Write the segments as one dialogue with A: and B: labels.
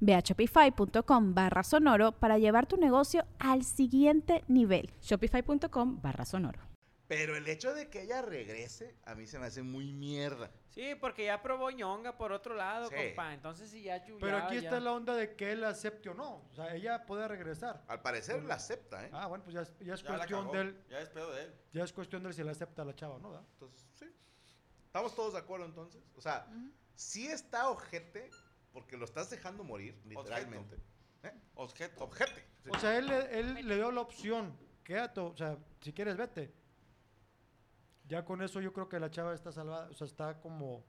A: Ve a shopify.com barra sonoro para llevar tu negocio al siguiente nivel.
B: Shopify.com barra sonoro.
C: Pero el hecho de que ella regrese, a mí se me hace muy mierda.
D: Sí, porque ya probó ñonga por otro lado,
C: Sí.
D: compa. Entonces sí ya chullaba,
E: Pero aquí
D: ya.
E: está la onda de que él acepte o no. O sea, ella puede regresar.
C: Al parecer la acepta, ¿eh?
E: Ah, bueno, pues ya es, ya es
F: Ya la
E: cuestión
F: cagó,
E: de él.
F: Ya es pedo de él.
E: Ya es cuestión de él si la acepta a la chava, ¿no? ¿Verdad?
C: Entonces, sí. Estamos todos de acuerdo entonces. O sea, sí está ojete porque lo estás dejando morir, literalmente.
F: Objeto.
C: Ojete. Sí.
E: O sea, él, le- él le dio la opción. Quédate, o sea, si quieres, vete. Ya con eso yo creo que la chava está salvada. O sea, está como...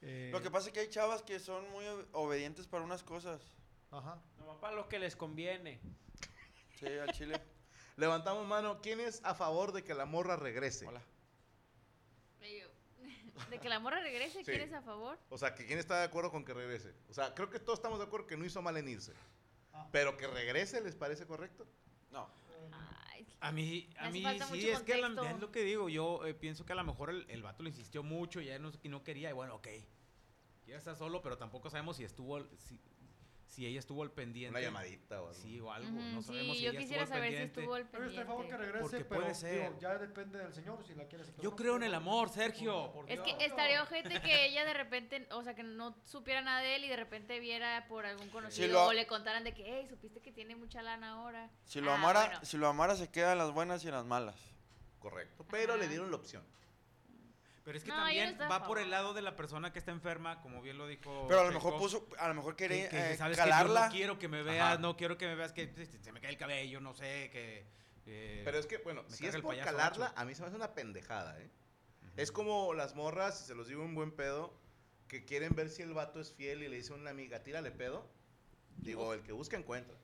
E: eh,
F: Lo que pasa es que hay chavas que son muy ob- obedientes para unas cosas.
E: Ajá.
D: Nomás para los que les conviene.
F: Sí, al chile.
C: Levantamos mano. ¿Quién es a favor de que la morra regrese?
F: Hola.
G: Digo, De que la morra regrese,
C: Sí.
G: ¿quieres a favor?
C: O sea, que ¿quién está de acuerdo con que regrese? O sea, creo que todos estamos de acuerdo que no hizo mal en irse.
E: Ah.
C: Pero que regrese, ¿les parece correcto?
F: No.
G: Ay,
H: A mí, a
G: Hace
H: mí
G: falta
H: sí,
G: mucho
H: es que a la-
G: contexto.
H: es lo que digo. Yo eh, pienso que a lo mejor el, el vato le insistió mucho, ya no, y no quería, y bueno, ok. Ya está solo, pero tampoco sabemos si estuvo, al- si, si ella estuvo al pendiente.
C: Una llamadita o algo.
H: Sí, o algo.
G: ujú,
H: no sabemos
G: sí,
H: si
G: yo
H: ella
G: quisiera
H: estuvo al
G: saber si
H: pendiente.
G: estoy al
E: Pero está a favor que
G: pendiente.
E: regrese,
H: Porque
E: pero
H: puede ser.
E: digo, ya depende del señor si la quiere aceptar o
H: Yo
E: no.
H: creo en el amor, Sergio. por
G: Es que
H: Dios.
G: estaría ojete que ella de repente, o sea, que no supiera nada de él y de repente viera por algún conocido
F: lo-
G: o le contaran de que, hey, supiste que tiene mucha lana ahora.
F: Si lo
G: Ah,
F: amara,
G: bueno.
F: si lo amara se quedan las buenas y las malas.
C: Correcto. Pero
G: Ajá.
C: le dieron la opción.
H: Pero es que
G: No, yo no
H: también
G: estoy a
H: va por
G: favor.
H: el lado de la persona que está enferma, como bien lo dijo.
F: Pero a lo
H: Checo,
F: mejor puso, a lo mejor
H: Oh, que-
F: quería
H: que dice,
F: eh,
H: "Sabes qué? Yo
F: calarla.
H: no quiero que me veas,
C: Ajá.
H: no quiero que me veas que se, se me cae el cabello, no sé, que. eh,
C: Pero es que, bueno,
H: Me
C: si
H: caga
C: es
H: el
C: por
H: payaso
C: calarla,
H: Nacho.
C: a mí se me hace una pendejada, ¿eh? Es como las morras, y se los digo un buen pedo, que quieren ver si el vato es fiel y le dice a una amiga, tírale pedo. Digo, el que busca encuentra.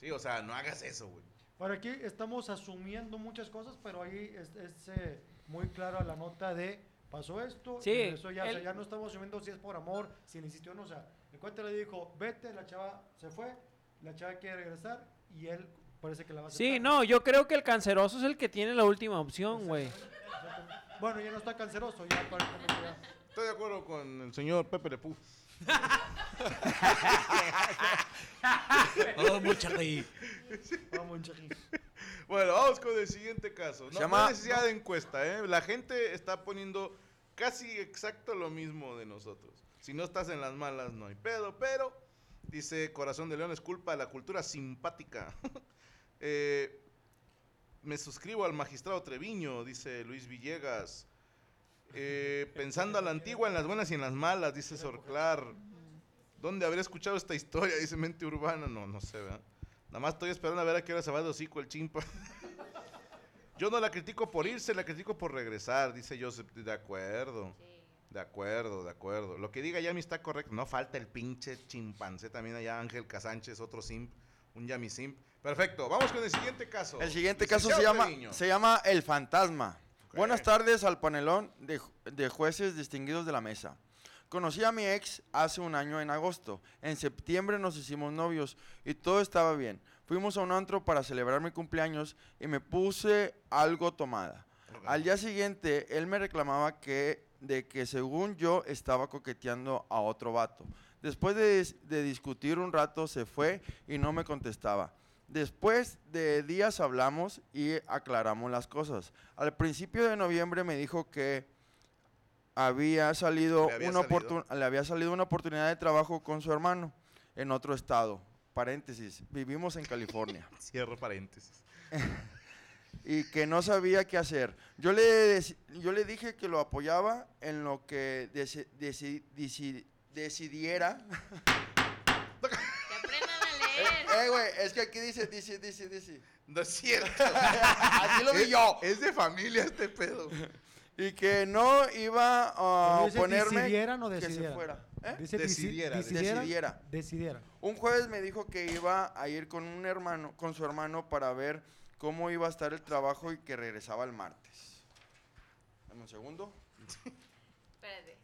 C: Sí, o sea, no hagas eso, güey.
E: Ahora aquí estamos asumiendo muchas cosas, pero ahí es, es, eh, muy clara la nota de pasó esto,
D: Sí,
E: regresó ya, o sea,
D: él-
E: ya no estamos asumiendo si es por amor, si le insistió o no, o sea, el cuate le dijo, vete, la chava se fue, la chava quiere regresar y él parece que la va a
D: Sí,
E: aceptar.
D: no, yo creo que el canceroso es el que tiene la última opción, güey.
E: Bueno, ya no está canceroso, ya, para- como que ya.
C: Estoy de acuerdo con el señor Pepe Le Pew.
H: Oh, mucha reí.
E: vamos, Chaquín.
C: Bueno, vamos con el siguiente caso. No,
F: Se
C: no
F: llama-
C: hay necesidad de encuesta, ¿eh? La gente está poniendo casi exacto lo mismo de nosotros. Si no estás en las malas, no hay pedo, pero dice Corazón de León es culpa de la cultura simpática. Eh, me suscribo al magistrado Treviño, dice Luis Villegas. Eh, pensando a la antigua, en las buenas y en las malas, dice Sorclar. ¿Dónde habré escuchado esta historia? Dice Mente Urbana. No, no sé, ¿verdad? Nada más estoy esperando a ver a qué hora se va de hocico el chimpa. Yo no la critico por irse, la critico por regresar, dice Joseph. De acuerdo,
G: Sí.
C: de acuerdo, de acuerdo. Lo que diga Yami está correcto. No falta el pinche chimpancé también allá, Ángel Casánchez, otro simp, un Yami simp. Perfecto, vamos con el siguiente caso.
F: El siguiente caso se
C: Licenciado
F: llama,
C: Treviño.
F: se llama El Fantasma.
C: Ok.
F: Buenas tardes al panelón de, ju- de jueces distinguidos de la mesa. Conocí a mi ex hace un año en agosto. En septiembre nos hicimos novios y todo estaba bien. Fuimos a un antro para celebrar mi cumpleaños y me puse algo tomada.
C: Ok.
F: Al día siguiente, él me reclamaba que de que según yo estaba coqueteando a otro vato. Después de, dis- de discutir un rato, se fue y no me contestaba. Después de días hablamos y aclaramos las cosas. Al principio de noviembre me dijo que había salido,
C: Le había
F: una
C: salido.
F: oportun- le había salido una oportunidad de trabajo con su hermano en otro estado. Paréntesis, vivimos en California.
C: Cierro paréntesis.
F: y que no sabía qué hacer. Yo le, dec- yo le dije que lo apoyaba en lo que deci- deci- deci- decidiera.
G: Que aprendan a leer.
F: Eh, güey, es que aquí dice, dice, dice, dice.
C: No es cierto.
F: Así lo vi yo.
C: Es de familia este pedo.
F: Y que no iba a
E: Pero dice
F: oponerme
E: decidieran o
F: que se
E: decidieran.
F: fuera. ¿Eh?
E: Dice deci-
C: Decidiera,
E: decidiera,
F: decidiera.
E: decidiera.
F: Un jueves me dijo que iba a ir con un hermano, con su hermano para ver cómo iba a estar el trabajo y que regresaba el martes. Dame un segundo.
G: Espérate.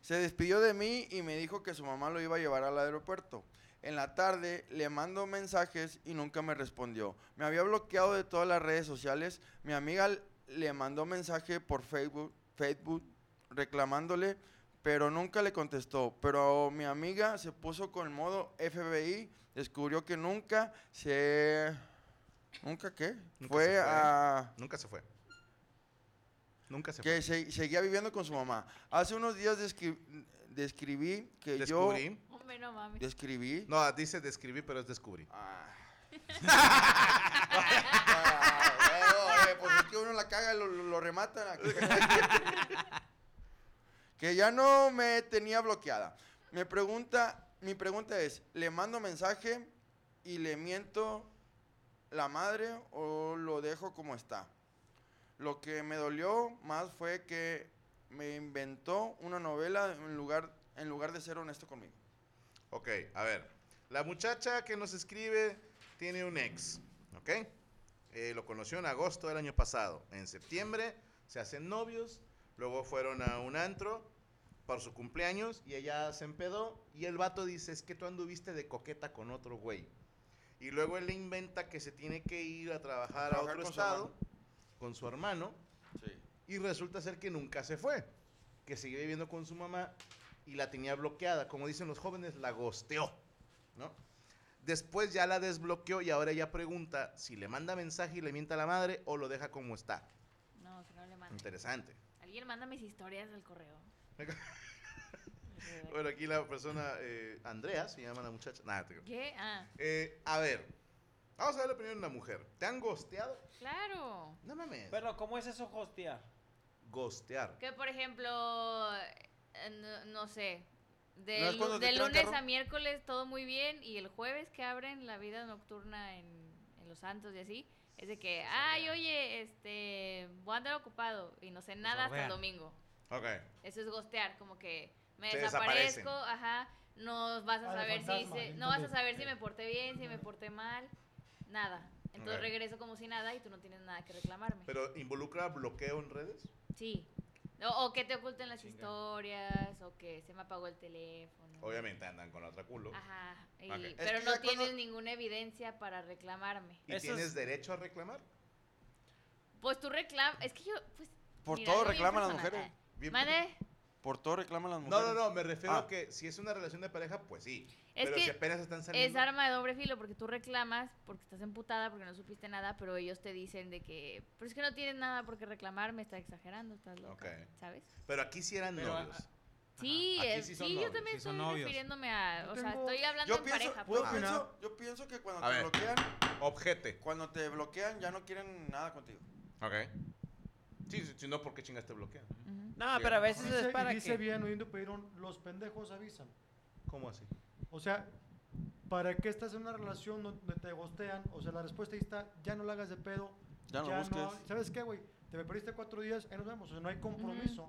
F: Se despidió de mí y me dijo que su mamá lo iba a llevar al aeropuerto. En la tarde le mando mensajes y nunca me respondió. Me había bloqueado de todas las redes sociales. Mi amiga l- le mandó mensaje por Facebook, Facebook reclamándole, pero nunca le contestó. Pero mi amiga se puso con modo FBI, descubrió que nunca se... ¿Nunca qué?
C: Nunca
F: fue,
C: se fue.
F: a...
C: Nunca se fue. Nunca se
F: Que se- seguía viviendo con su mamá. Hace unos días descri- describí que
C: fue. Descubrí.
F: yo...
G: Hombre, no mames.
F: Describí.
C: No, dice describí, pero es descubrí.
F: Ah. Ah, huevo, eh, pues es que uno la caga, lo, lo- lo rematan. aquí. que ya no me tenía bloqueada. Me pregunta, mi pregunta es, ¿le mando mensaje y le miento la madre o lo dejo como está? Lo que me dolió más fue que me inventó una novela en lugar, en lugar de ser honesto conmigo.
C: Ok, a ver. La muchacha que nos escribe tiene un ex, ¿ok? Eh, lo conoció en agosto del año pasado. En septiembre se hacen novios, luego fueron a un antro para su cumpleaños y ella se empedó y el vato dice, es que tú anduviste de coqueta con otro güey. Y luego él le inventa que se tiene que ir a trabajar a
F: Trabajar
C: otro
F: con su
C: estado
F: hermano.
C: con su hermano
F: Sí.
C: y resulta ser que nunca se fue, que siguió viviendo con su mamá y la tenía bloqueada. Como dicen los jóvenes, la gosteó, ¿no? Después ya la desbloqueó y ahora ella pregunta si le manda mensaje y le mienta a la madre o lo deja como está.
G: No, que no le mande.
C: Interesante.
G: Alguien manda mis historias al correo.
C: Bueno, aquí la persona, eh, Andrea, se llama la muchacha. Nada, te digo.
G: ¿Qué? Ah,
C: Eh, a ver, vamos a ver la opinión de una mujer. ¿Te han gosteado?
G: claro.
C: No mames.
D: Pero, ¿cómo es eso hostear?
C: Gostear.
G: Que por ejemplo, eh, no, no sé, de,
F: ¿No es
G: lu-
F: cuando te
G: de
F: traen
G: lunes
F: carro?
G: a miércoles todo muy bien y el jueves que abren la vida nocturna en, en Los Santos y así, es de que, ay, oye, este, voy a andar ocupado y no sé nada hasta el
H: Sordean.
G: domingo.
C: Ok.
G: Eso es gostear, como que me
C: Se desaparecen.
G: desaparezco, ajá, no vas a
E: Ah, de
G: saber si
E: fantasma,
G: hice-
E: yo
G: no vas a
E: entendí.
G: saber si me porté bien, si me porté mal, nada. Entonces
C: Ok.
G: regreso como si nada y tú no tienes nada que reclamarme.
C: ¿Pero involucra bloqueo en redes?
G: Sí. O, o que te oculten las historias, o que se me apagó el teléfono.
C: Obviamente andan con otra culo.
G: Ajá. y-
C: Ok. Es
G: Pero
F: que
G: no
F: ya cuando-
G: tienes ninguna evidencia para reclamarme.
C: ¿Y
D: Eso
C: tienes
D: es-
C: derecho a reclamar?
G: Pues tú reclamas. Es que yo, pues.
F: Por
G: mira,
F: todo
G: yo bien
F: reclaman las
G: personal,
F: mujeres.
G: ¿eh?
F: Bien-
G: Mande.
F: Por todo reclaman las
C: No,
F: mujeres.
C: no, no, me refiero
F: Ah.
C: a que si es una relación de pareja, pues sí.
G: Es
C: pero
G: que
C: si apenas están
G: Es
C: saliendo.
G: arma de doble filo porque tú reclamas porque estás emputada, porque no supiste nada, pero ellos te dicen de que. Pero es que no tienes nada por qué reclamarme, estás exagerando, estás loca.
C: Ok.
G: ¿Sabes?
C: Pero aquí sí eran
H: Pero,
C: novios.
H: ah,
G: Sí,
C: Aquí
G: eh,
C: sí
G: sí,
C: son
G: yo
C: novios,
G: también
H: sí son
G: estoy
H: novios.
G: refiriéndome a.
E: Yo
G: o sea,
E: tengo-
G: estoy hablando
F: Yo
G: en
F: pienso,
G: pareja.
F: ¿puedo
G: pues.
E: opinar?
F: pienso- yo pienso que cuando
C: A
F: te
C: ver.
F: bloquean,
H: ah,
C: Objete.
F: cuando te bloquean ya no quieren nada contigo.
C: Ok. Sí, si, si no, ¿por qué chingas te bloquean?
G: Ujú.
D: No,
C: Sí.
D: pero a veces
E: Dice,
D: es para
E: y dice
D: que...
E: bien, oyendo pidieron, los pendejos avisan.
C: ¿Cómo así?
E: O sea, ¿para qué estás en una relación donde te gostean? O sea, la respuesta ahí está, ya no la hagas de pedo.
F: Ya no busques.
E: ¿Sabes qué, güey? Te me perdiste cuatro días, ahí nos vemos. O sea, no hay compromiso.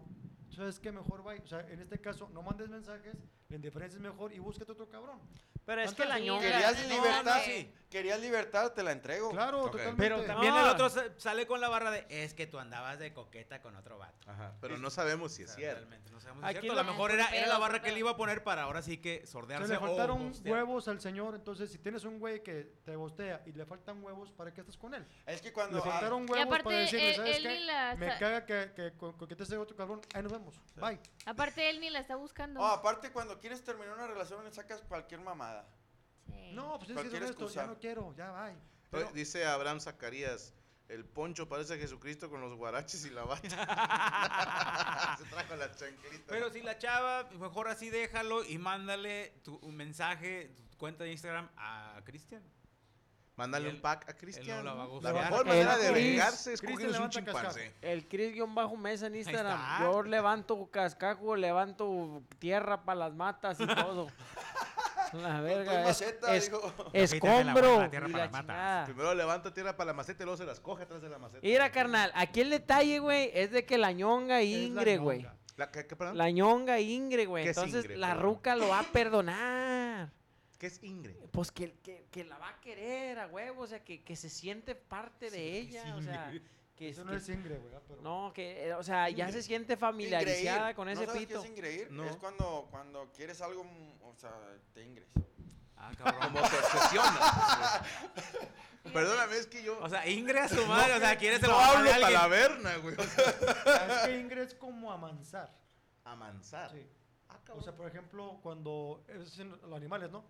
E: ¿Sabes qué? Mejor bye. O sea, en este caso, no mandes mensajes, la indiferencia es mejor y búscate otro cabrón.
D: Pero es que la
G: Antes-
D: ñonga...
G: Querías
F: ¿Querías
G: no,
F: libertad?
G: no, sí.
F: ¿Querías libertad? Te la entrego.
E: Claro,
C: Ok.
E: totalmente.
D: Pero también-
H: También el
D: No.
H: otro sa- sale con la barra de es que tú andabas de coqueta con otro vato.
C: Ajá. Pero no sabemos si
H: O
C: es
H: sea,
C: cierto.
H: realmente, no sabemos si es
D: Aquí
H: cierto.
D: lo-
H: A lo mejor era, era la
G: Pero-
H: barra que
G: pero-
H: él iba a poner para ahora sí que
E: Se
H: sordearse.
E: le
H: o
E: faltaron
H: gostear.
E: huevos al señor, entonces si tienes un güey que te gostea y le faltan huevos, ¿para qué estás con él?
F: Es que
E: Le
F: cuando. ah,
E: faltaron
G: Y
E: huevos
G: aparte,
E: para decirle,
G: él-
E: ¿sabes
G: él
E: qué?
G: ni la-
E: Me caga que, que, co- co- que te sea otro cabrón, ahí nos vemos. Bye.
G: Aparte, él ni la está buscando.
F: oh,
C: Ah,
F: aparte, cuando quieres terminar una relación, le sacas cualquier mamada.
D: Eh.
G: Sí.
E: No, pues es que
F: Cualquier
E: es esto,
F: excusa.
E: ya no quiero, ya bye.
C: Oye, Dice Abraham Zacarías. El poncho parece Jesucristo con los guaraches y la bata. Se trajo la chanclita.
H: Pero si la chava, mejor así déjalo y mándale tu, un mensaje, tu cuenta de Instagram a Cristian.
C: Mándale
H: Él-
C: un pack a
H: Él
C: Cristian.
H: no la va a
C: la
H: gozar.
C: mejor
D: El
C: manera de
D: Chris-
C: vengarse es
E: Cristian
C: cogiéndose un
E: levanta
C: chimpancé.
D: El Chris-Mesa en Instagram.
H: está.
D: Yo levanto cascajo, levanto tierra para las matas y todo. La verga.
F: Con
D: Es,
F: maceta,
D: es-
F: digo.
H: Quítate la
D: escombro.
H: guapa, tierra
D: y
H: para
D: la
H: las matas.
D: chingada.
C: Primero levanta tierra para la maceta y luego se las coge atrás de la maceta.
D: Mira, carnal, aquí el detalle, güey, es de que la ñonga
E: Es la
D: Ingre, güey.
E: ñonga.
C: La- ¿qué, qué, perdón?
D: La ñonga Ingre, güey.
C: ¿Qué es
D: Entonces
C: Ingre,
D: la
C: perdón?
D: ruca lo va a perdonar.
C: ¿Qué es Ingrid?
D: Pues que, que, que la va a querer a huevo, o sea, que, que se siente parte de ella, o sea, que,
E: Eso
D: que-
E: no es ingre, güey. ah, pero-
D: no, que, eh, o sea, ya se siente familiarizada
F: Ingreír.
D: con
F: ¿No
D: ese
F: sabes qué
D: pito.
F: es ingreír?
C: No.
F: Es cuando, cuando quieres algo, mm, o sea, te ingres.
H: Ah, cabrón.
C: Como se obsesiona. Perdóname, es que yo.
H: O sea, Ingre a su madre, o sea, quieres
C: no
H: enamorar
C: hablo
H: a alguien.
C: talaverna, güey. O sea,
E: Es que ingre es como amansar.
C: amansar.
E: Sí.
C: Ah, cabrón.
E: O sea, por ejemplo, cuando es en los animales, ¿no?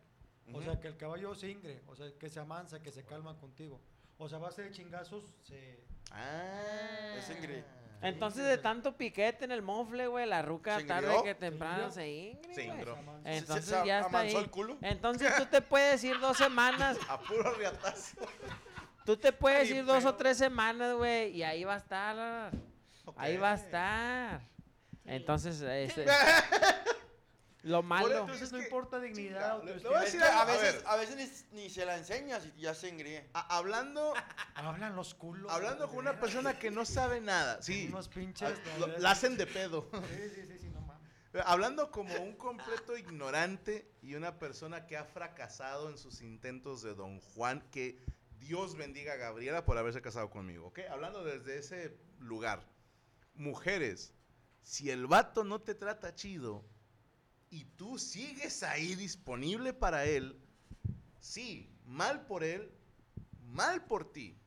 E: O
F: Ujú.
E: sea, que el caballo se ingre, o sea, que se amansa, que se calma contigo. O sea, va a ser chingazos, se...
C: Ah.
F: Es Ingrid.
D: Entonces de tanto piquete en el mofle, güey, la ruca
F: ¿Se
D: tarde
F: ingrió?
D: que temprano
E: ¿Se
D: se ingre,
C: Se
D: güey.
C: ingró.
E: se amansa.
F: Se-
D: Entonces
F: se a-
D: ya está ahí.
F: amansó el culo.
D: Entonces tú te puedes ir dos semanas
C: A puro riatazo.
D: Tú te puedes
C: Ay,
D: ir dos o
C: pero-
D: tres semanas, güey, y ahí va a estar. Ahí va a estar. Entonces, este, lo malo.
C: Entonces,
E: Entonces no
C: es que-
E: importa
C: chinga,
E: dignidad,
C: le- le
E: autoestima.
C: voy a
F: Es
C: decir
F: que Pues a
C: algo, a
F: veces,
C: ver.
F: a veces ni, ni se la enseñas y ya se ingríe.
C: A- hablando,
E: Hablan los culos.
C: hablando con una persona que no sabe nada. Sí.
E: Unos
C: Ah,
E: pinches...
C: lo-
E: la-
C: la hacen de pedo.
E: Sí, sí, sí, sí, no mames.
C: Hablando como un completo ignorante y una persona que ha fracasado en sus intentos de Don Juan, que Dios bendiga a Gabriela por haberse casado conmigo, ¿ok? Hablando desde ese lugar. Mujeres, si el vato no te trata chido y tú sigues ahí disponible para él, sí, mal por él, mal por ti.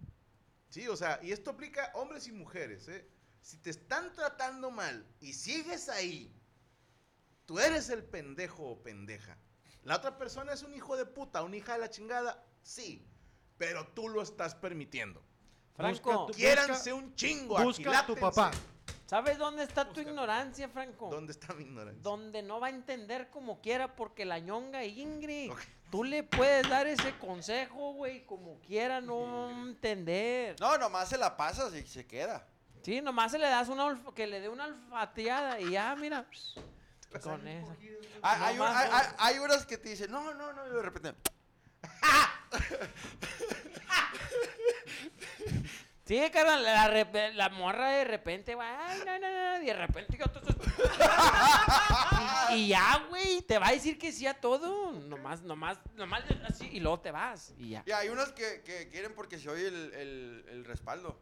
C: Sí, o sea, y esto aplica a hombres y mujeres, ¿eh? Si te están tratando mal y sigues ahí, tú eres el pendejo o pendeja. La otra persona es un hijo de puta, una hija de la chingada, sí, pero tú lo estás permitiendo.
D: Franco,
E: Busca
C: Quiéranse un chingo,
E: Busca a tu
C: aquilátense.
E: papá.
D: ¿sabes dónde está tu ignorancia, Franco?
C: ¿Dónde está mi ignorancia?
D: Donde no va a entender como quiera porque la ñonga Ingrid.
C: Ok.
D: Tú le puedes dar ese consejo, güey, como quiera, no va a entender.
F: No, nomás se la pasas y se queda.
D: Sí, nomás se le das una olf- que le dé una olfateada y ya, mira. Con eso.
F: Ah, Hay, un-
D: Nomás
F: hay,
D: no.
F: hay, hay horas que te dicen, no, no, no, y de repente.
D: Sí, carnal, la, rep- la morra de repente va, ay, no, no, no, y de repente yo todo- y, y ya, güey, te va a decir que sí a todo, nomás, nomás, nomás así, y luego te vas, y ya.
F: Y hay unas que, que quieren porque se oye el, el, el respaldo.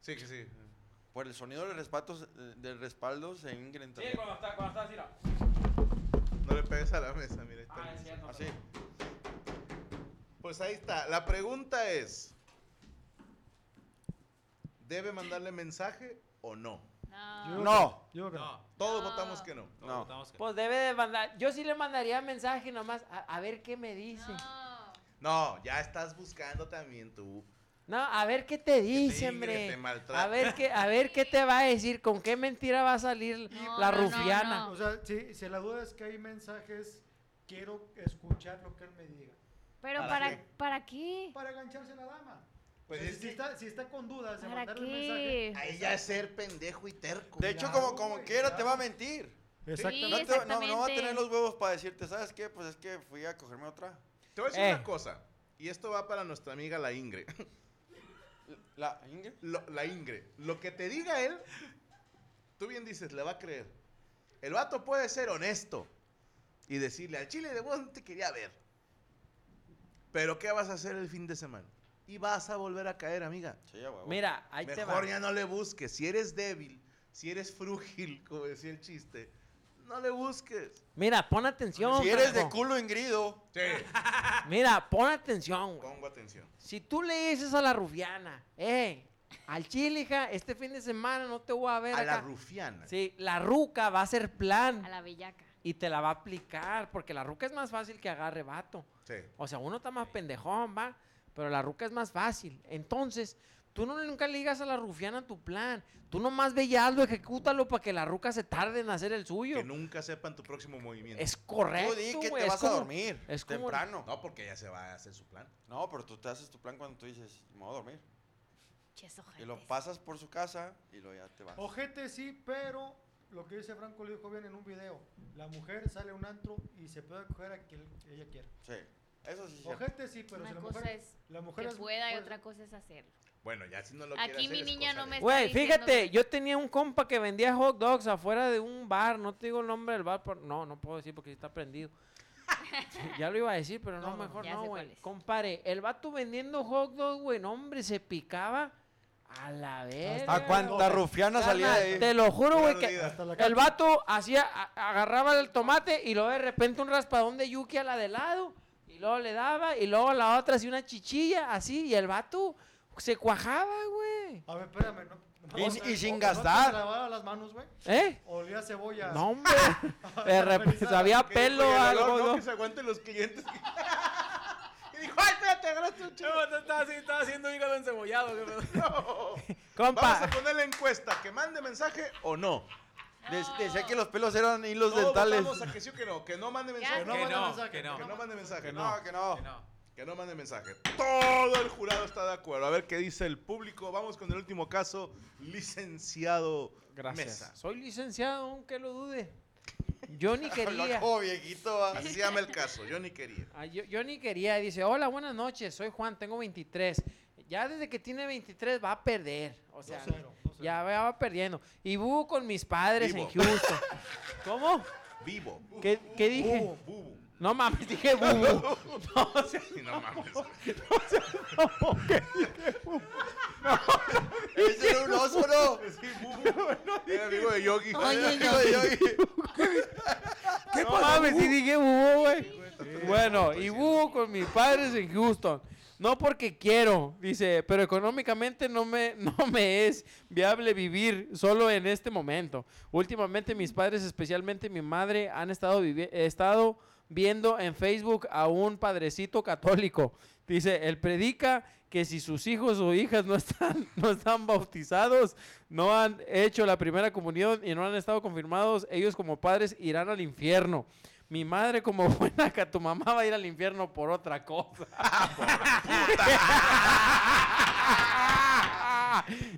C: Sí, que sí.
F: Por el sonido del respaldo, del respaldo se ingren también.
D: cuando está, cuando está así,
C: No le pegues a la mesa, mira. ahí está
D: Ah,
C: el-
F: Así.
C: Pues ahí está. La pregunta es: ¿debe mandarle mensaje o no?
G: No.
E: Yo-
F: No.
E: Yo creo que no.
H: No,
C: Todos
D: Ah.
G: No.
C: votamos que no.
H: no,
F: No.
H: votamos que-
D: Pues debe de mandar, yo sí le mandaría mensaje nomás, a, a ver qué me dice.
G: No.
C: No, ya estás buscando también tú.
D: No, a ver qué te dice,
C: ingre,
D: hombre.
C: te maltrata.
D: A ver qué, a ver qué te va a decir, con qué mentira va a salir
G: No,
D: la
G: no, no,
D: rufiana.
G: no.
E: O sea, si, si la duda es que hay mensajes, quiero escuchar lo que él me diga.
G: Pero
C: ¿Para
G: para,
C: qué?
G: ¿para qué?
E: Para engancharse a la dama.
C: Pues
E: O sea,
C: es
E: si,
C: que-
E: está, si está con dudas de
G: ¿Para
E: mandarle un mensaje.
G: qué?
C: Ahí ya es ser pendejo y terco.
F: De hecho,
E: Claro,
F: como, como
E: güey,
F: quiera, te
E: claro.
F: va a mentir.
G: Sí,
F: No, te va- no- no va a
G: exactamente.
F: tener los huevos para decirte, ¿sabes qué? Pues es que fui a cogerme otra.
C: Te voy a decir
D: Eh.
C: una cosa. Y esto va para nuestra amiga la Ingre.
F: La ingre.
C: Lo- la Ingre. Lo que te diga él, tú bien dices, le va a creer. El vato puede ser honesto y decirle al chile de vos no te quería ver. Pero ¿qué vas a hacer el fin de semana? Y vas a volver a caer, amiga.
F: Sí, a huevo.
D: Mira, ahí te va.
C: Mejor ya no le busques. Si eres débil, si eres frúgil, como decía el chiste, no le busques.
D: Mira, pon atención.
F: Si eres de
D: Franco.
F: culo ingrido.
C: Sí.
D: Mira, pon atención, güey.
C: Pongo atención.
D: Si tú le dices a la rufiana, eh, al chile, hija, este fin de semana no te voy a ver
C: A la
D: acá.
C: rufiana.
D: sí, la ruca va a hacer
G: A
D: plan
G: la bellaca.
D: y te la va a aplicar, porque la ruca es más fácil que agarre vato.
C: Sí.
D: O sea, uno está más pendejón, va, pero la ruca es más fácil. Entonces, Tú no, nunca le digas a la rufiana tu plan. Tú nomás ve y hazlo, ejecútalo para que la ruca se tarde en hacer el suyo.
C: Que nunca sepan tu próximo movimiento.
D: Es
F: Tú
D: correcto,
F: di que
D: güey,
F: te
D: es
F: vas a
D: como-
F: dormir
D: es como-
F: temprano.
C: No, porque ya se va a hacer su plan.
F: No, pero tú te haces tu plan cuando tú dices, me voy a dormir.
G: Ches,
F: Y lo
G: ojetes.
F: pasas por su casa y luego ya te vas.
E: Ojete sí, pero lo que dice Franco lo dijo bien en un video. La mujer sale a un antro y se puede coger a quien ella quiera.
F: Sí. Eso sí es cierto.
E: Ojete sí, pero
G: Una
E: si la
G: cosa
E: mujer,
G: es
E: la mujer
G: Que
E: es-
G: pueda y
E: pues,
G: otra cosa es hacerlo.
C: Bueno, ya si no lo
G: Aquí
C: quiere hacer,
G: mi
C: es
G: niña
C: cosa
G: no
C: de-
G: me está
D: Güey,
G: diciendo
D: fíjate,
G: que-
D: yo tenía un compa que vendía hot dogs afuera de un bar. No te digo el nombre del bar, por- no, no puedo decir porque está prendido. ya lo iba a decir, pero no,
E: No, no, no.
D: mejor
G: Ya
D: no,
G: sé
D: güey.
G: cuál es.
D: Compare, el vato vendiendo hot dogs, güey, no, hombre, se picaba a la vez.
E: ¿A cuánta
F: rufiana
D: Te lo juro, güey,
C: Pura
D: que
C: vida.
E: Hasta la
D: el
E: calle.
D: vato hacía, a- agarraba el tomate y luego de repente un raspadón de yuki a la de lado. Y luego le daba, y luego la otra hacía una chichilla, así, y el vato se cuajaba, güey.
E: A ver, espérame. No, no,
F: Y-
E: o sea,
F: y sin
E: o- o no
F: gastar.
E: te lavaba las manos, güey.
D: ¿Eh?
E: Olía a cebolla.
D: No, hombre. De repente había
C: Que
D: pelo
C: dijo, "Oye,
D: o
C: el
D: algo.
C: olor, no,
D: ¿no?
C: Que se aguanten los clientes. y dijo, ay, espérate, agarraste un chavo.
H: Chavo, te estaba, así- estaba haciendo hígado encebollado. qué pedo.
C: Vamos a
D: Compa.
C: poner la encuesta, que mande mensaje o no.
F: Des- decía que los pelos eran hilos
C: no,
F: dentales.
C: votamos a que sí o que no, que no mande mensaje.
E: Que no,
H: Que
E: mande
H: no,
E: mensaje,
H: que no.
C: Que no mande mensaje,
F: Que
C: no.
F: no, que no.
H: Que no.
C: Que no mande mensaje. Todo el jurado está de acuerdo. A ver qué dice el público. Vamos con el último caso, licenciado Mesa.
D: Soy licenciado, aunque lo dude. Yo ni
F: Hablaba
D: quería.
F: como viejito. va.
C: Así se llama el caso, yo ni quería.
D: Ah, yo, yo ni quería. Dice, hola, buenas noches, soy Juan, tengo 23. Ya desde que tiene 23 va a perder. O sea,
E: 2-0, 2-0.
D: ya va va perdiendo. Y vivo con mis padres
C: Vivo.
D: en Houston. ¿Cómo?
C: Vivo.
D: ¿Qué, qué dije?
C: Bubu, bubu.
D: No mames, dije bubu.
C: No mames.
F: Ese era un oso, ¿no?
C: Sí, bubu. Era amigo de Yogi.
F: Amigo de Yogi.
D: ¿Qué no mames, sí dije bubó, güey. Bueno, y bubo con mis padres en Houston. No porque quiero, dice, pero económicamente no me, no me es viable vivir solo en este momento. Últimamente mis padres, especialmente mi madre, han estado, vivi- estado viendo en Facebook a un padrecito católico. Dice, él predica que si sus hijos o hijas no están, no están bautizados, no han hecho la primera comunión y no han estado confirmados, ellos como padres irán al infierno. Mi madre como buena que tu mamá va a ir al infierno por otra cosa.
H: Ah,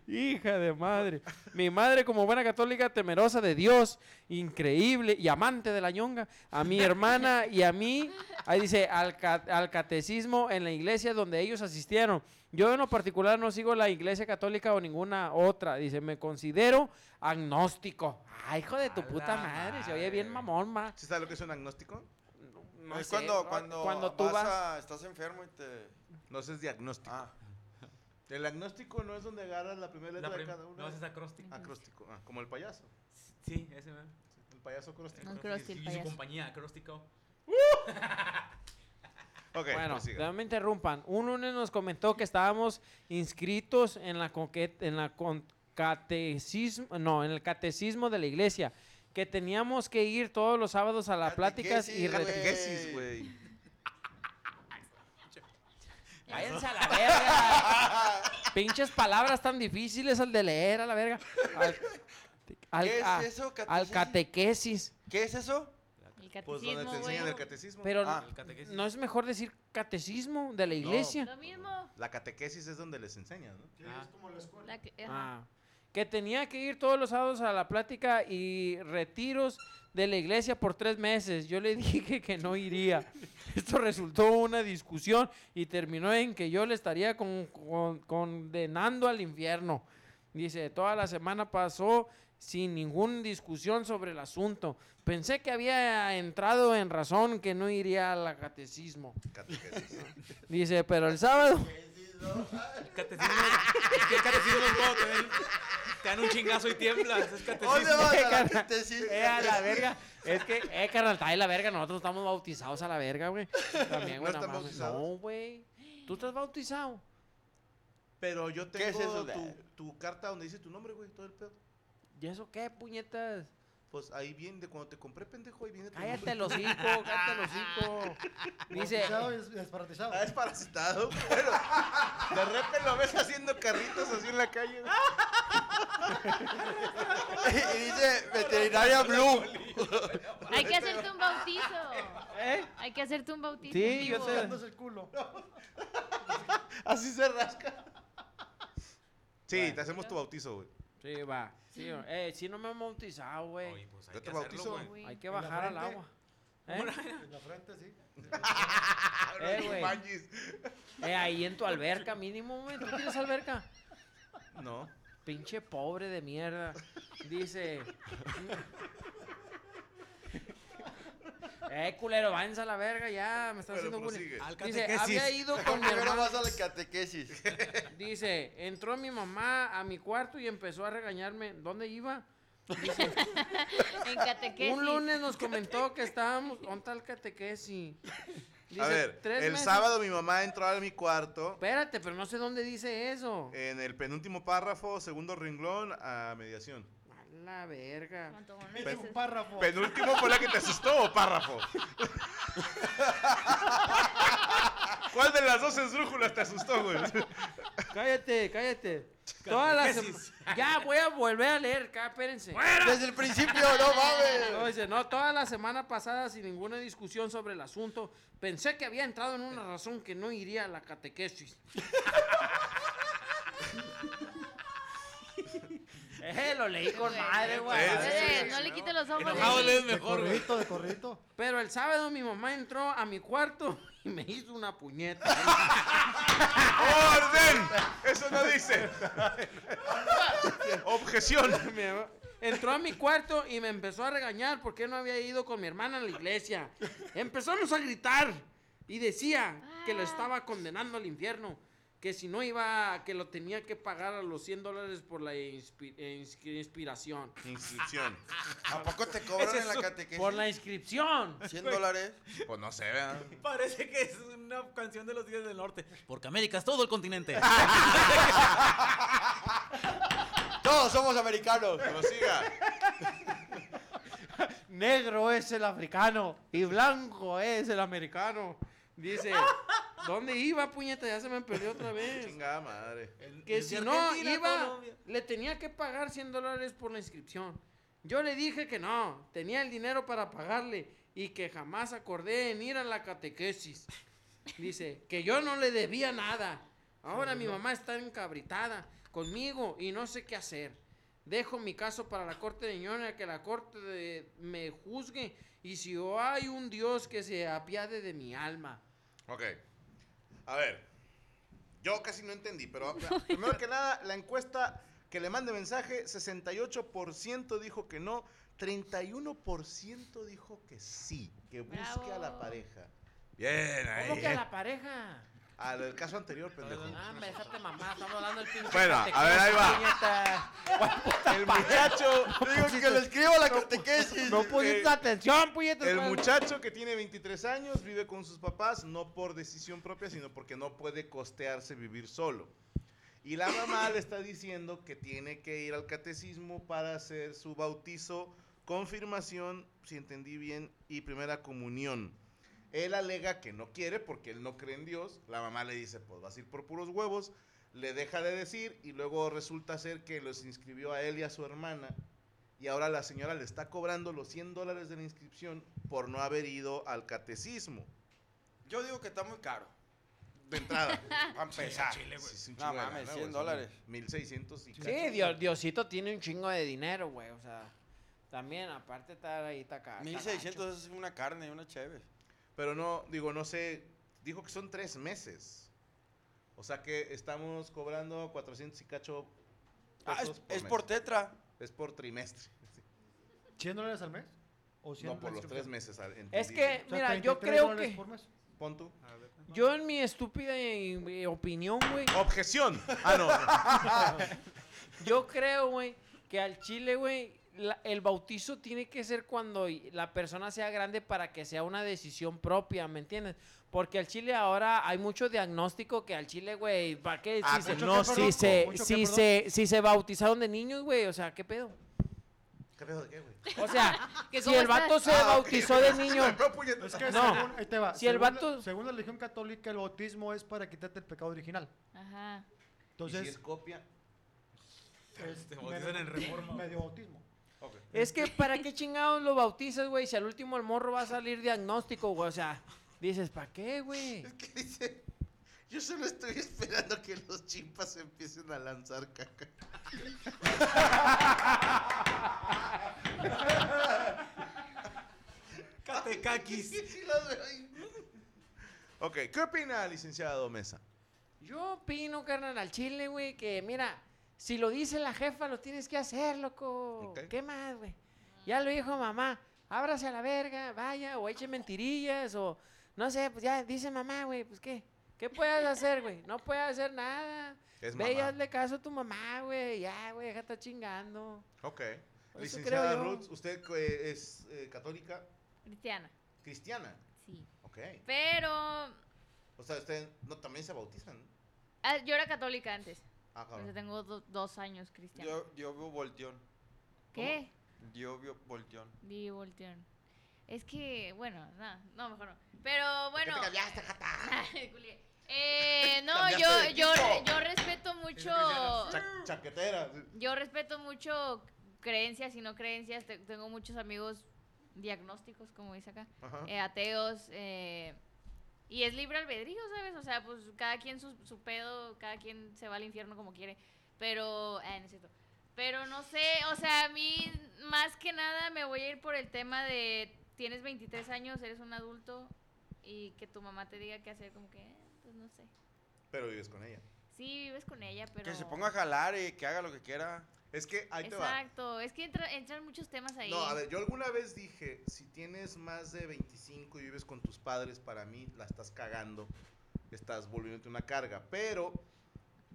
D: Hija de madre. Mi madre como buena católica, temerosa de Dios, increíble y amante de la ñonga. A mi hermana y a mí, ahí dice, al, ca- al catecismo en la iglesia donde ellos asistieron. Yo en lo particular no sigo la iglesia católica o ninguna otra. Dice, me considero agnóstico. Ay, hijo de tu
H: A
D: puta
H: la
D: madre. Se oye bien
H: madre.
D: mamón, ma.
C: ¿Sí sabes lo que es un agnóstico?
D: No
F: es
D: sé,
F: cuando,
D: ¿no?
F: cuando,
D: Cuando tú
F: vas
D: vas...
F: a- estás enfermo y te...
C: No, eso es diagnóstico.
F: Ah,
C: El agnóstico no es donde agarras la primera letra
H: La
C: de
H: prim-
C: cada uno.
H: No, ese es acróstico.
C: Acróstico, ah, como el payaso.
H: Sí, ese man.
C: El payaso acróstico.
A: No, acróstico,
H: Acróstico. Y su
A: payaso.
H: compañía, acróstico.
C: Ok,
D: Bueno,
C: prosiga.
D: no me interrumpan. Un lunes nos comentó que estábamos inscritos en la conque- en la con- catecismo, no, en el catecismo de la iglesia, que teníamos que ir todos los sábados a las pláticas y
F: Catequesis,
D: retiros.
C: Catequesis, güey.
D: Váyanse a la verga. Pinches palabras tan difíciles al de leer a la verga. Al, al-
F: ¿Qué
D: a-
F: es eso?
D: al
F: ¿Catequesis?
D: catequesis.
F: ¿Qué es eso?
G: El
C: Pues donde te
G: catecismo, güey.
C: enseñan el catecismo.
D: Pero
F: Ah.
H: El catequesis.
D: no es mejor decir catecismo de la iglesia.
G: Lo mismo.
C: La catequesis es donde les enseñan, ¿no?
E: Sí,
D: Ah.
E: es como la escuela.
G: La que- ajá.
D: Ah, que tenía que ir todos los sábados a la plática y retiros de la iglesia por tres meses. Yo le dije que no iría. Esto resultó una discusión y terminó en que yo le estaría con- con- condenando al infierno. Dice, toda la semana pasó sin ninguna discusión sobre el asunto. Pensé que había entrado en razón que no iría al catecismo.
C: Catequesis.
D: Dice, pero el sábado
H: El catecismo. es que el catecismo es todo. Te dan, te dan un chingazo y tiemblas.
F: ¿Dónde
H: Es catecismo.
F: vas a la
D: cara.
F: catequesis?
D: Eh, a la verga. Es que, eh, carnal, está de la verga. Nosotros estamos bautizados a la verga, güey. También,
C: ¿No están
D: güey, no mames. No,
C: bautizados?
D: güey. ¿Tú estás bautizado?
C: Pero yo tengo
F: ¿Qué es eso de-
C: tu, tu carta donde dice tu nombre, güey, todo el pedo.
D: ¿Y eso qué, puñetas?
C: Pues ahí viene, de cuando te compré, pendejo, ahí viene tu
D: Cállate
C: nombre.
D: los hijos, cállate los hijos. Dice,
E: Despartizado y des- despartizado.
C: Ah, es parasitado. Bueno, de repente lo ves haciendo carritos así en la calle. güey.
F: y dice veterinaria Blue.
G: Hay que hacerte un bautizo.
D: ¿eh?
G: Hay que hacerte un bautizo.
D: Sí,
G: en
D: yo
G: vivo.
D: sé.
E: Rascándose el culo.
C: Así se rasca. Sí,
D: Bueno.
C: te hacemos tu bautizo, güey.
D: Sí, va. Sí, eh, sí no me han bautizado, güey.
H: Oye, pues hay
C: Yo
H: que
C: te
H: hacerlo,
C: bautizo.
H: güey.
G: Güey.
D: Hay que
E: En la
D: bajar al
E: frente.
D: agua. ¿Eh?
E: En la frente, sí.
D: Eh,
C: Los
D: güey.
C: Jumanjis.
D: Eh, ahí en tu alberca mínimo, güey. ¿Tú tienes alberca?
C: No.
D: Pinche pobre de mierda. Dice. "Mm". Eh, culero, váyanse a la verga ya. Me están
C: Pero
D: haciendo bullying.
C: prosigue.
H: Al
D: Dice,
H: catequesis.
D: había ido con mi
F: Primero
D: hermano.
F: vas a la catequesis.
D: Dice, entró mi mamá a mi cuarto y empezó a regañarme. ¿Dónde iba?
G: En catequesis.
D: Un lunes nos comentó que estábamos. ¿Dónde está el catequesis? Dice,
C: a ver,
D: "Tres
C: el
D: meses".
C: sábado mi mamá entró a mi cuarto.
D: Espérate, pero no sé dónde dice eso.
C: En el penúltimo párrafo, segundo renglón, a mediación.
D: A la verga.
G: Cuanto
E: Es
G: menos
C: Pe-
E: un
G: dices-
E: párrafo.
D: Oh.
C: ¿Penúltimo fue la que te asustó o párrafo? ¿Cuál de las dos esdrújulas te asustó, güey?
D: Cállate, cállate. Todas las
H: Catequesis.
D: sem- Ya, voy a volver a leer, cá, espérense.
F: Desde el principio, no
D: No,
F: mames.
D: dice, no, toda la semana pasada, sin ninguna discusión sobre el asunto, pensé que había entrado en una razón que no iría a la catequesis. eh, lo leí con madre, güey.
C: Sí,
D: a
C: sí,
D: ver.
G: Eh,
C: sí.
G: No le quites los ojos.
H: Enojado
G: de
H: lees
G: mí.
E: De
H: mejor, güey.
E: corridito, de corridito.
D: Pero el sábado mi mamá entró a mi cuarto y me hizo una puñeta.
C: ¡Orden! Eso no dice. Objeción.
D: Me- Entró a mi cuarto y me empezó a regañar porque no había ido con mi hermana a la iglesia. Empezamos a gritar y decía que lo estaba condenando al infierno, que si no iba, que lo tenía que pagar a los 100 dólares por la inspi- eh, inscri- inspiración.
C: Inscripción.
F: ¿A poco te cobran en la catequesis?
D: Por la inscripción.
F: 100 dólares.
C: Pues no sé, ¿verdad?
H: Parece que es una canción de los días del norte. Porque América es todo el continente.
F: Todos somos americanos.
C: Prosiga.
D: Negro es el africano y blanco es el americano. Dice, ¿dónde iba, puñeta? Ya se me perdió otra vez.
C: Chingada madre.
D: Que
H: Desde
D: si no
H: Argentina,
D: iba,
H: Colombia.
D: le tenía que pagar 100 dólares por la inscripción. Yo le dije que no, tenía el dinero para pagarle y que jamás acordé en ir a la catequesis. Dice, que yo no le debía nada. Ahora mi mamá está encabritada conmigo y no sé qué hacer. Dejo mi caso para la corte de ñona, que la corte de- me juzgue y si hay un Dios que se apiade de mi alma.
C: Ok. A ver. Yo casi no entendí, pero la- primero que nada, la encuesta que le mande mensaje, 68% dijo que no, 31% dijo que sí, que busque a la
G: Bravo.
C: pareja. Bien, ahí.
D: ¿Cómo que a la pareja?
C: Al el caso anterior, pendejo.
D: Ah, me dejaste mamá, estamos hablando del pinche.
C: Bueno, a ver, ahí va. El muchacho,
F: Digo que le escribo a la catequesis.
D: No
C: Eh,
D: pusiste atención, puñetas.
C: el
D: madre.
C: muchacho que tiene 23 años vive con sus papás no por decisión propia, sino porque no puede costearse vivir solo. Y la mamá le está diciendo que tiene que ir al catecismo para hacer su bautizo, confirmación, si entendí bien, y primera comunión. Él alega que no quiere porque él no cree en Dios. La mamá le dice, pues vas a ir por puros huevos. Le deja de decir y luego resulta ser que los inscribió a él y a su hermana. Y ahora la señora le está cobrando los 100 dólares de la inscripción por no haber ido al catecismo.
F: Yo digo que está muy caro.
C: De entrada.
F: Para empezar.
C: Sí, es un
F: No
C: chingo de
F: mames,
C: lana, güey,
F: 100
C: son
F: dólares.
C: 1600 y
D: Sí,
C: cacho.
D: Dios- Diosito tiene un chingo de dinero, güey. O sea, también, aparte, estar ahí, está acá.
F: 1600 es una carne y una chévere.
C: Pero no, digo, no sé. Dijo que son tres meses. O sea que estamos cobrando 400 y cacho.
F: Ah, es,
C: pesos
F: es
C: mes.
F: por tetra.
C: Es por trimestre.
E: ¿100 dólares al mes? ¿O 100
C: No, por los tres meses. ah,
D: Es
C: entendí.
D: que,
E: O sea,
D: mira, yo
E: 33
D: creo
E: dólares
D: que.
E: por mes.
C: Pon tú.
E: Ah,
D: Yo, en mi estúpida eh, opinión, güey.
C: ¡Objeción! Ah, no.
D: Yo creo, güey, que al chile, güey, la- el bautizo tiene que ser cuando y- la persona sea grande para que sea una decisión propia, ¿me entiendes? Porque al chile ahora hay mucho diagnóstico que al chile, güey, ¿para qué? Si se,
E: Mucho que,
D: si
E: perdón,
D: Ah, se,
E: mucho que,
D: si
E: perdón.
D: se, si se bautizaron de niños, güey, o sea, ¿qué pedo?
C: ¿Qué pedo de qué, güey?
D: O sea,
G: ¿Que
D: si
G: cómo
D: el vato
G: estás?
D: se bautizó de niño.
C: No, puñetas.
E: Es que
D: No.
E: según, ahí te va,
D: Si el
E: según la-
D: vato-
E: según la religión católica, el bautismo es para quitarte el pecado original.
G: Ajá.
E: Entonces,
C: ¿Y si es copia?
E: es
H: Te bautizan Este, en
E: medio-
H: Reforma.
E: Medio bautismo.
C: Ok.
D: Es que para qué chingados lo bautizas, güey, si al último el morro va a salir diagnóstico, güey. O sea, dices, ¿para qué, güey?
C: Es que dice, yo solo estoy esperando que los chimpas empiecen a lanzar caca.
H: Catecaquis.
C: Sí, los veo ahí. Ok, ¿qué opina, licenciado Mesa?
D: Yo opino, carnal, al chile, güey, que mira, si lo dice la jefa, lo tienes que hacer, loco.
C: Ok.
D: ¿Qué más, güey? Ya lo dijo mamá, ábrase a la verga, vaya, o eche mentirillas, o no sé, pues ya dice mamá, güey, pues qué. ¿Qué puedes hacer, güey? No puedes hacer nada.
C: Es
D: Ve y
C: mamá.
D: hazle caso a tu mamá, güey. Ya, güey, déjate chingando.
C: Ok.
D: creo
C: Licenciada
D: yo.
C: Ruth, ¿usted eh, es eh, católica
G: Cristiana,
C: cristiana?
G: sí.
C: Ok.
G: Pero
C: O sea, ustedes no, también se bautizan. ¿no?
G: ah, yo era católica antes.
C: Ah,
G: Por
C: cabrón.
G: eso tengo do- dos años cristiana.
F: Yo, yo veo volteón.
G: ¿Qué?
F: Yo veo volteón.
G: Di volteón. Es que, bueno, no, no, mejor no. Pero
C: ¿Por qué
G: bueno.
C: te cambiaste, jata?
G: Culié. eh, no,
C: Cambiaste
G: yo,
C: de
G: yo,
C: piso.
G: yo respeto mucho. Eh.
C: Cha- chaquetera.
G: Yo respeto mucho creencias y no creencias. Te- Tengo muchos amigos diagnósticos, como dice acá.
C: Ajá.
G: eh, ateos. eh, y es libre albedrío, ¿sabes? O sea, pues cada quien su, su pedo, cada quien se va al infierno como quiere. Pero, eh, no es cierto. Pero no sé, o sea, a mí más que nada me voy a ir por el tema de tienes 23 años, eres un adulto y que tu mamá te diga qué hacer, como que, eh, pues no sé.
C: Pero vives con ella.
G: Sí, vives con ella, pero...
F: Que se ponga a jalar y que haga lo que quiera.
C: Es que ahí te va.
G: Exacto, es que entra- entran muchos temas ahí.
C: No, a ver, yo alguna vez dije, si tienes más de 25 y vives con tus padres, para mí la estás cagando, estás volviéndote una carga, pero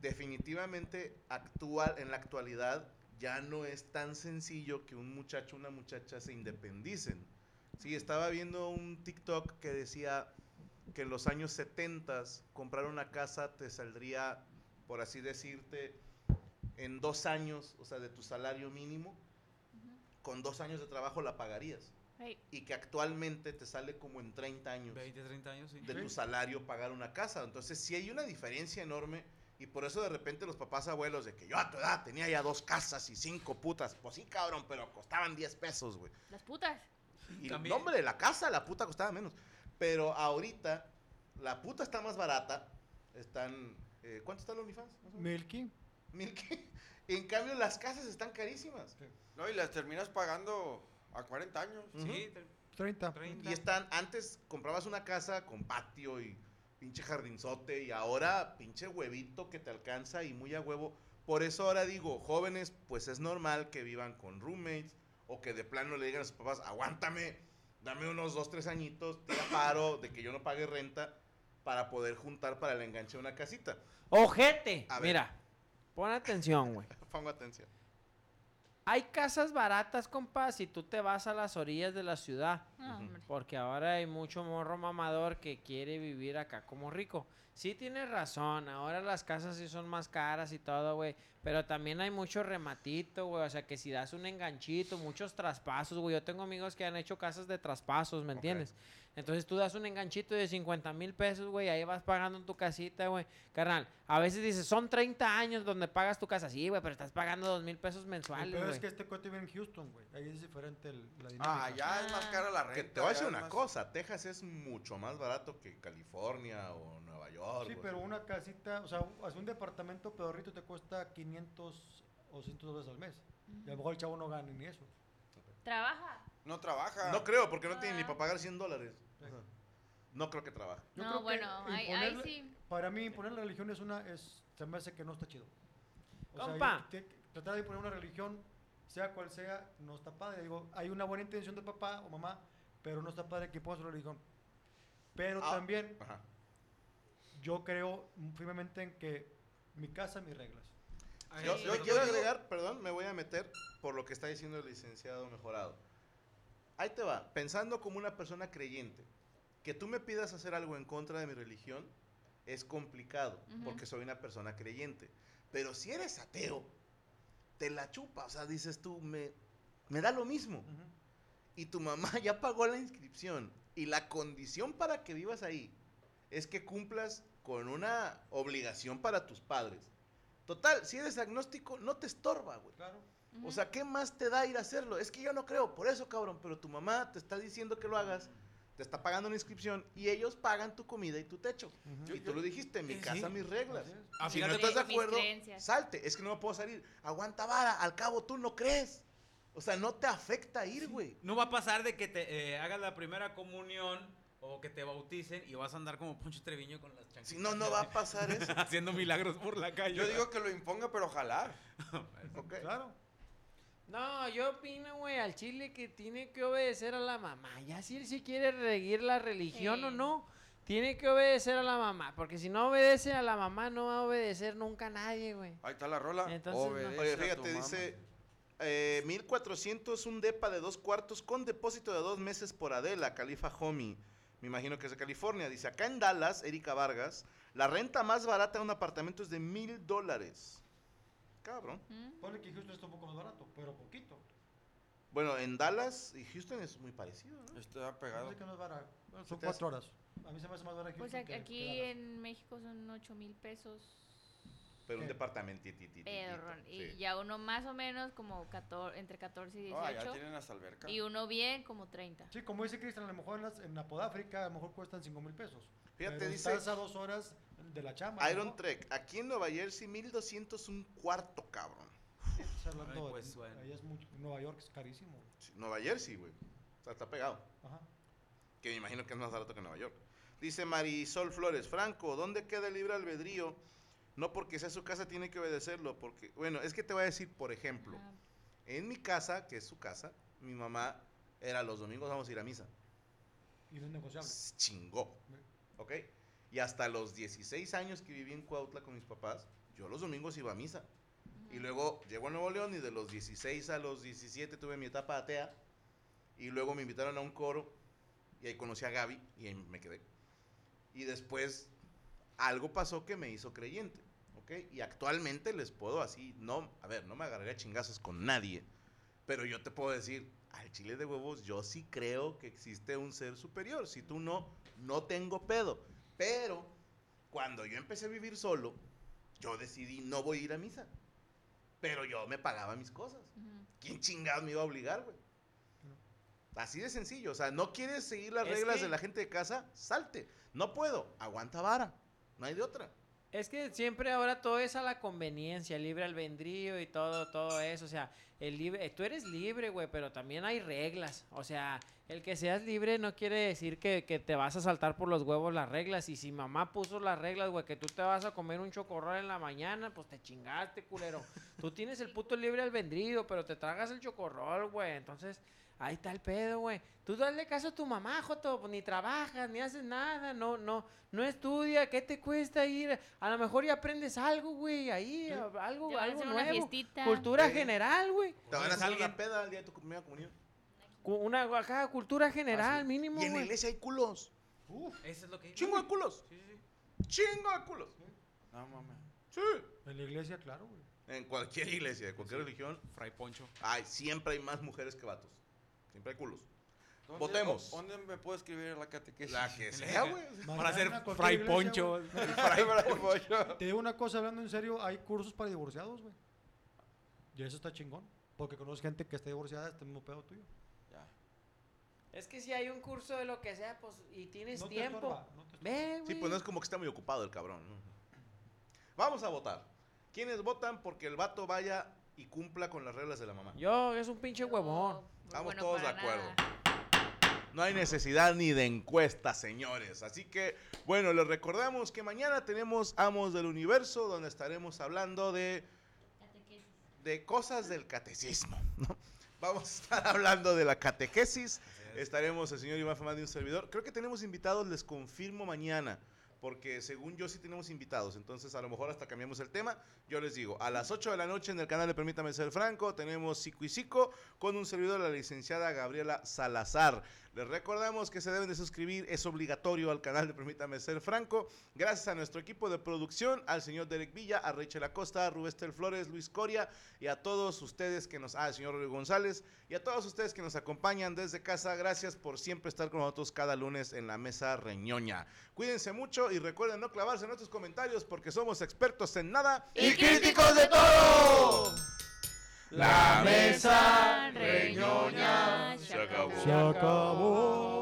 C: definitivamente actual, en la actualidad ya no es tan sencillo que un muchacho o una muchacha se independicen. Sí, estaba viendo un TikTok que decía que en los años 70 comprar una casa te saldría, por así decirte, en dos años, o sea, de tu salario mínimo,
G: Ujú.
C: con dos años de trabajo la pagarías.
G: Hey,
C: Y que actualmente te sale como en 30 años
H: 20, 30 años, sí.
C: de tu salario pagar una casa. Entonces sí hay una diferencia enorme. Y por eso de repente los papás abuelos de que yo a tu edad tenía ya dos casas y cinco putas. Pues sí, cabrón, pero costaban 10 pesos, güey.
G: las putas.
C: Y
H: También.
C: no, hombre, la casa, la puta costaba menos. Pero ahorita la puta está más barata. Están... eh, ¿Cuánto está el OnlyFans? Más o menos.
E: Milky.
C: Mil qué. En cambio las casas están carísimas.
F: No, y las terminas pagando a 40 años.
C: Ujú.
H: Sí, tre-
E: 30.
H: 30.
C: Y están, antes comprabas una casa con patio y pinche jardinzote y ahora pinche huevito que te alcanza y muy a huevo. Por eso ahora digo, jóvenes, pues es normal que vivan con roommates o que de plano le digan a sus papás, aguántame, dame unos dos, tres añitos, te paro de que yo no pague renta para poder juntar para el enganche de una casita.
D: Ojete.
C: A ver.
D: Mira, pon atención, güey.
C: Pongo atención.
D: Hay casas baratas, compa, si tú te vas a las orillas de la ciudad.
G: No,
C: Ujú.
G: hombre.
D: Porque ahora hay mucho morro mamador que quiere vivir acá como rico. Sí tienes razón, ahora las casas sí son más caras y todo, güey. Pero también hay mucho rematito, güey. O sea, que si das un enganchito, muchos traspasos, güey. Yo tengo amigos que han hecho casas de traspasos, ¿me
C: Ok.
D: entiendes? Entonces tú das un enganchito de 50 mil pesos, güey. Ahí vas pagando en tu casita, güey. Carnal, a veces dices, son 30 años donde pagas tu casa. Sí, güey, pero estás pagando 2 mil pesos mensuales,
E: El peor
D: güey.
E: es que este cuate vive en Houston, güey. Ahí es diferente el- la dinámica.
F: Ah, ya es más cara la
C: Que
F: renta.
C: te voy a
F: ya
C: decir
F: es
C: una
F: más-
C: cosa, Texas es mucho más barato que California o Nueva York.
E: Sí,
C: o
E: pero
C: así.
E: una casita, o sea, hace un departamento pedorrito te cuesta 500 o 600 dólares al mes. Y a lo mejor el chavo no gana ni eso.
G: Trabaja.
F: No trabaja.
C: No creo, porque no tiene ni
G: Ah.
C: para pagar 100 dólares.
E: Sí.
C: Ajá. No creo que trabaje.
E: Yo
G: no,
E: creo que
G: bueno, ahí, ahí
E: imponerle-
G: sí.
E: Para mí, imponer la religión es una. Es, se me hace que no está chido. O sea,
D: Compa.
E: yo- que- que tratar de imponer una religión, sea cual sea, no está padre. Digo, hay una buena intención de papá o mamá, pero no está padre que imponga su religión. Pero
C: Ah.
E: también
C: Ajá.
E: yo creo firmemente en que mi casa, mis reglas.
H: Ay,
C: Yo,
H: sí,
C: yo
H: pero
C: quiero
H: digo-
C: agregar, perdón, me voy a meter por lo que está diciendo el licenciado mejorado. Ahí te va, pensando como una persona creyente, que tú me pidas hacer algo en contra de mi religión es complicado,
G: Ujú.
C: porque soy una persona creyente. Pero si eres ateo, te la chupa, o sea, dices tú, me Me da lo mismo. Y tu mamá ya pagó la inscripción. Y la condición para que vivas ahí es que cumplas con una obligación para tus padres. Total, si eres agnóstico, no te estorba, güey.
E: Claro.
C: O sea, ¿qué más te da ir a hacerlo? Es que yo no creo, por eso, cabrón, pero tu mamá te está diciendo que lo hagas, te está pagando una inscripción y ellos pagan tu comida y tu techo. Y tú lo dijiste, mi
H: Sí,
C: casa,
H: sí.
C: mis reglas.
E: Así es.
H: A
C: Si no
H: final de
C: estás de
G: cuentas- Mis
C: acuerdo,
G: creencias.
C: salte. Es que no me puedo salir. Aguanta vara, al cabo tú no crees. O sea, no te afecta ir, güey.
H: No va a pasar de que te eh, hagas la primera comunión o que te bauticen y vas a andar como Poncho Treviño con las chanquitas.
C: Si no, no va a pasar eso.
H: Haciendo milagros por la calle.
F: Yo digo que lo imponga, pero ojalá.
C: ¿ok?
E: Claro.
D: No, yo opino, güey, al chile que tiene que obedecer a la mamá. Ya si él sí quiere seguir la religión o
G: Sí.
D: no, tiene que obedecer a la mamá. Porque si no obedece a la mamá, no va a obedecer nunca a nadie, güey.
F: Ahí está la rola.
D: Entonces, no.
F: Obedece
C: Oye,
F: a tu
C: Eh, fíjate,
F: mamá.
C: dice eh, 1400, un depa de dos cuartos con depósito de dos meses por Adela, Califa Homie. Me imagino que es de California. Dice, acá en Dallas, Erika Vargas, la renta más barata de un apartamento es de mil dólares. Cabrón.
G: ¿Mm?
E: Ponle que Houston está un poco más barato, pero poquito.
C: Bueno, en Dallas y Houston es muy parecido, ¿no?
F: Está
E: No
F: pegado.
E: sé qué no es barato. Bueno,
C: ¿Se
E: son
C: te hace?
E: cuatro horas. A mí se me hace más barato
G: Pues
E: Houston
G: ac-
E: que-
G: aquí
E: que Dallas.
G: en México son 8 mil pesos.
C: Pero un
E: Sí.
C: departamento.
G: Pedro, y
C: Sí.
G: ya uno más o menos como 14, entre 14 y
F: Ah, ya
G: 18.
F: tienen las albercas.
G: y uno bien como 30.
E: Sí, como dice Cristian, a lo mejor en, las, en la Podáfrica a lo mejor cuestan cinco mil pesos.
C: Fíjate,
E: pero
C: dice-
E: Estás a dos horas de la chamba. ¿no?
C: Iron Trek, aquí en Nueva Jersey, 1200 un cuarto, cabrón.
E: Estás hablando
H: Ay,
E: de-
H: pues, bueno.
E: ahí es mucho- Nueva York es carísimo.
C: Sí, Nueva Jersey, güey. O sea, está pegado.
E: Ajá.
C: que me imagino que es más barato que Nueva York. Dice Marisol Flores, Franco, ¿dónde queda el libre albedrío? No porque sea su casa tiene que obedecerlo, porque, bueno, es que te voy a decir, por ejemplo,
G: Ah,
C: en mi casa, que es su casa, mi mamá era los domingos vamos a ir a misa.
E: Y no es negociable.
C: S- Chingó, ¿ok? Y hasta los 16 años que viví en Cuautla con mis papás, yo los domingos iba a misa. Y luego llegó a Nuevo León y de los 16 a los 17 tuve mi etapa atea. Y luego me invitaron a un coro y ahí conocí a Gaby y ahí me quedé. Y después algo pasó que me hizo creyente. ¿ok? Y actualmente les puedo así, no, a ver, no me agarraré a chingazos con nadie. Pero yo te puedo decir, al chile de huevos, yo sí creo que existe un ser superior. Si tú no, no tengo pedo. Pero cuando yo empecé a vivir solo, yo decidí no voy a ir a misa. Pero yo me pagaba mis cosas.
G: ujú.
C: ¿Quién chingados me iba a obligar, güey? Así de sencillo. O sea, no quieres seguir las
D: Es
C: reglas
D: que-
C: de la gente de casa, salte. No puedo, aguanta vara. No hay de otra.
D: Es que siempre ahora todo es a la conveniencia, libre albedrío y todo, todo eso. O sea, el libre, tú eres libre, güey, pero también hay reglas. O sea, el que seas libre no quiere decir que, que te vas a saltar por los huevos las reglas. Y si mamá puso las reglas, güey, que tú te vas a comer un chocorrol en la mañana, pues te chingaste, culero. tú tienes el puto libre albedrío, pero te tragas el chocorrol, güey. Entonces, ahí está el pedo, güey. Tú dale caso a tu mamá, Joto, pues, ni trabajas, ni haces nada, no, no, no estudia, ¿qué te cuesta ir? A lo mejor ya aprendes algo, güey, ahí, a-
G: Te
D: algo,
G: van a
D: Uh, algo
G: hacer una
D: nuevo.
G: fiestita.
D: Cultura Eh.
C: Sí.
D: general, güey.
C: Te van a
H: ¿Conoces
C: hacer una
H: alguien?
C: peda el día de tu primera comunión.
D: Cu- Una acá, cultura general, mínimo,
C: Y en la
E: e-
D: güey.
C: iglesia hay culos.
E: Uf,
H: Eso es lo que.
C: Chingo de culos.
H: Sí, sí, sí.
C: Chingo de culos.
F: No mames.
C: Sí.
E: en la iglesia, claro, güey.
C: En cualquier iglesia, de cualquier religión,
H: Fray Poncho.
C: hay, siempre hay más mujeres que vatos. Siempre hay culos.
F: ¿Dónde-
C: Votemos.
F: o- ¿Dónde me puedo escribir la catequesis?
C: La que sea, güey.
H: Para ser
E: Mañana cualquier
H: Fray
E: iglesia,
H: Poncho.
E: güey.
F: Fray Poncho.
E: Te digo una cosa, hablando en serio, hay cursos para divorciados, güey. Y eso está chingón. Porque conoces gente que está divorciada, este mismo pedo tuyo.
F: Ya.
D: Es que si hay un curso de lo que sea, pues, y tienes
E: No te
D: tiempo.
E: estorba, no te estorba.
D: Ve, güey.
C: Sí, pues no es como que está muy ocupado el cabrón. ¿no? Vamos a votar. ¿Quiénes votan porque el vato vaya y cumpla con las reglas de la mamá?
D: Yo, es un pinche huevón.
G: No,
C: Estamos
G: pues, bueno,
C: todos de
G: para
C: acuerdo.
G: nada.
C: No hay necesidad ni de encuestas, señores. Así que, bueno, les recordamos que mañana tenemos Amos del Universo, donde estaremos hablando de,
G: Catequesis.
C: de cosas del catecismo. ¿no? Vamos a estar hablando de la catequesis. Estaremos el señor Iván Femán de un servidor. Creo que tenemos invitados, les confirmo mañana. porque según yo sí tenemos invitados, entonces a lo mejor hasta cambiamos el tema. Yo les digo, a las 8 de la noche en el canal de Permítame Ser Franco tenemos Cico y Cico con un servidor, la licenciada Gabriela Salazar. Les recordamos que se deben de suscribir, es obligatorio al canal de Permítame Ser Franco. Gracias a nuestro equipo de producción, al señor Derek Villa, a Rachel Acosta, a Rubestel Flores, Luis Coria y a todos ustedes que nos... Ah, el señor Rodrigo González y a todos ustedes que nos acompañan desde casa. Gracias por siempre estar con nosotros cada lunes en la mesa reñoña. Cuídense mucho y recuerden no clavarse en nuestros comentarios porque somos expertos en nada.
F: ¡Y críticos de todo! La mesa
G: reñoña
E: Se acabó.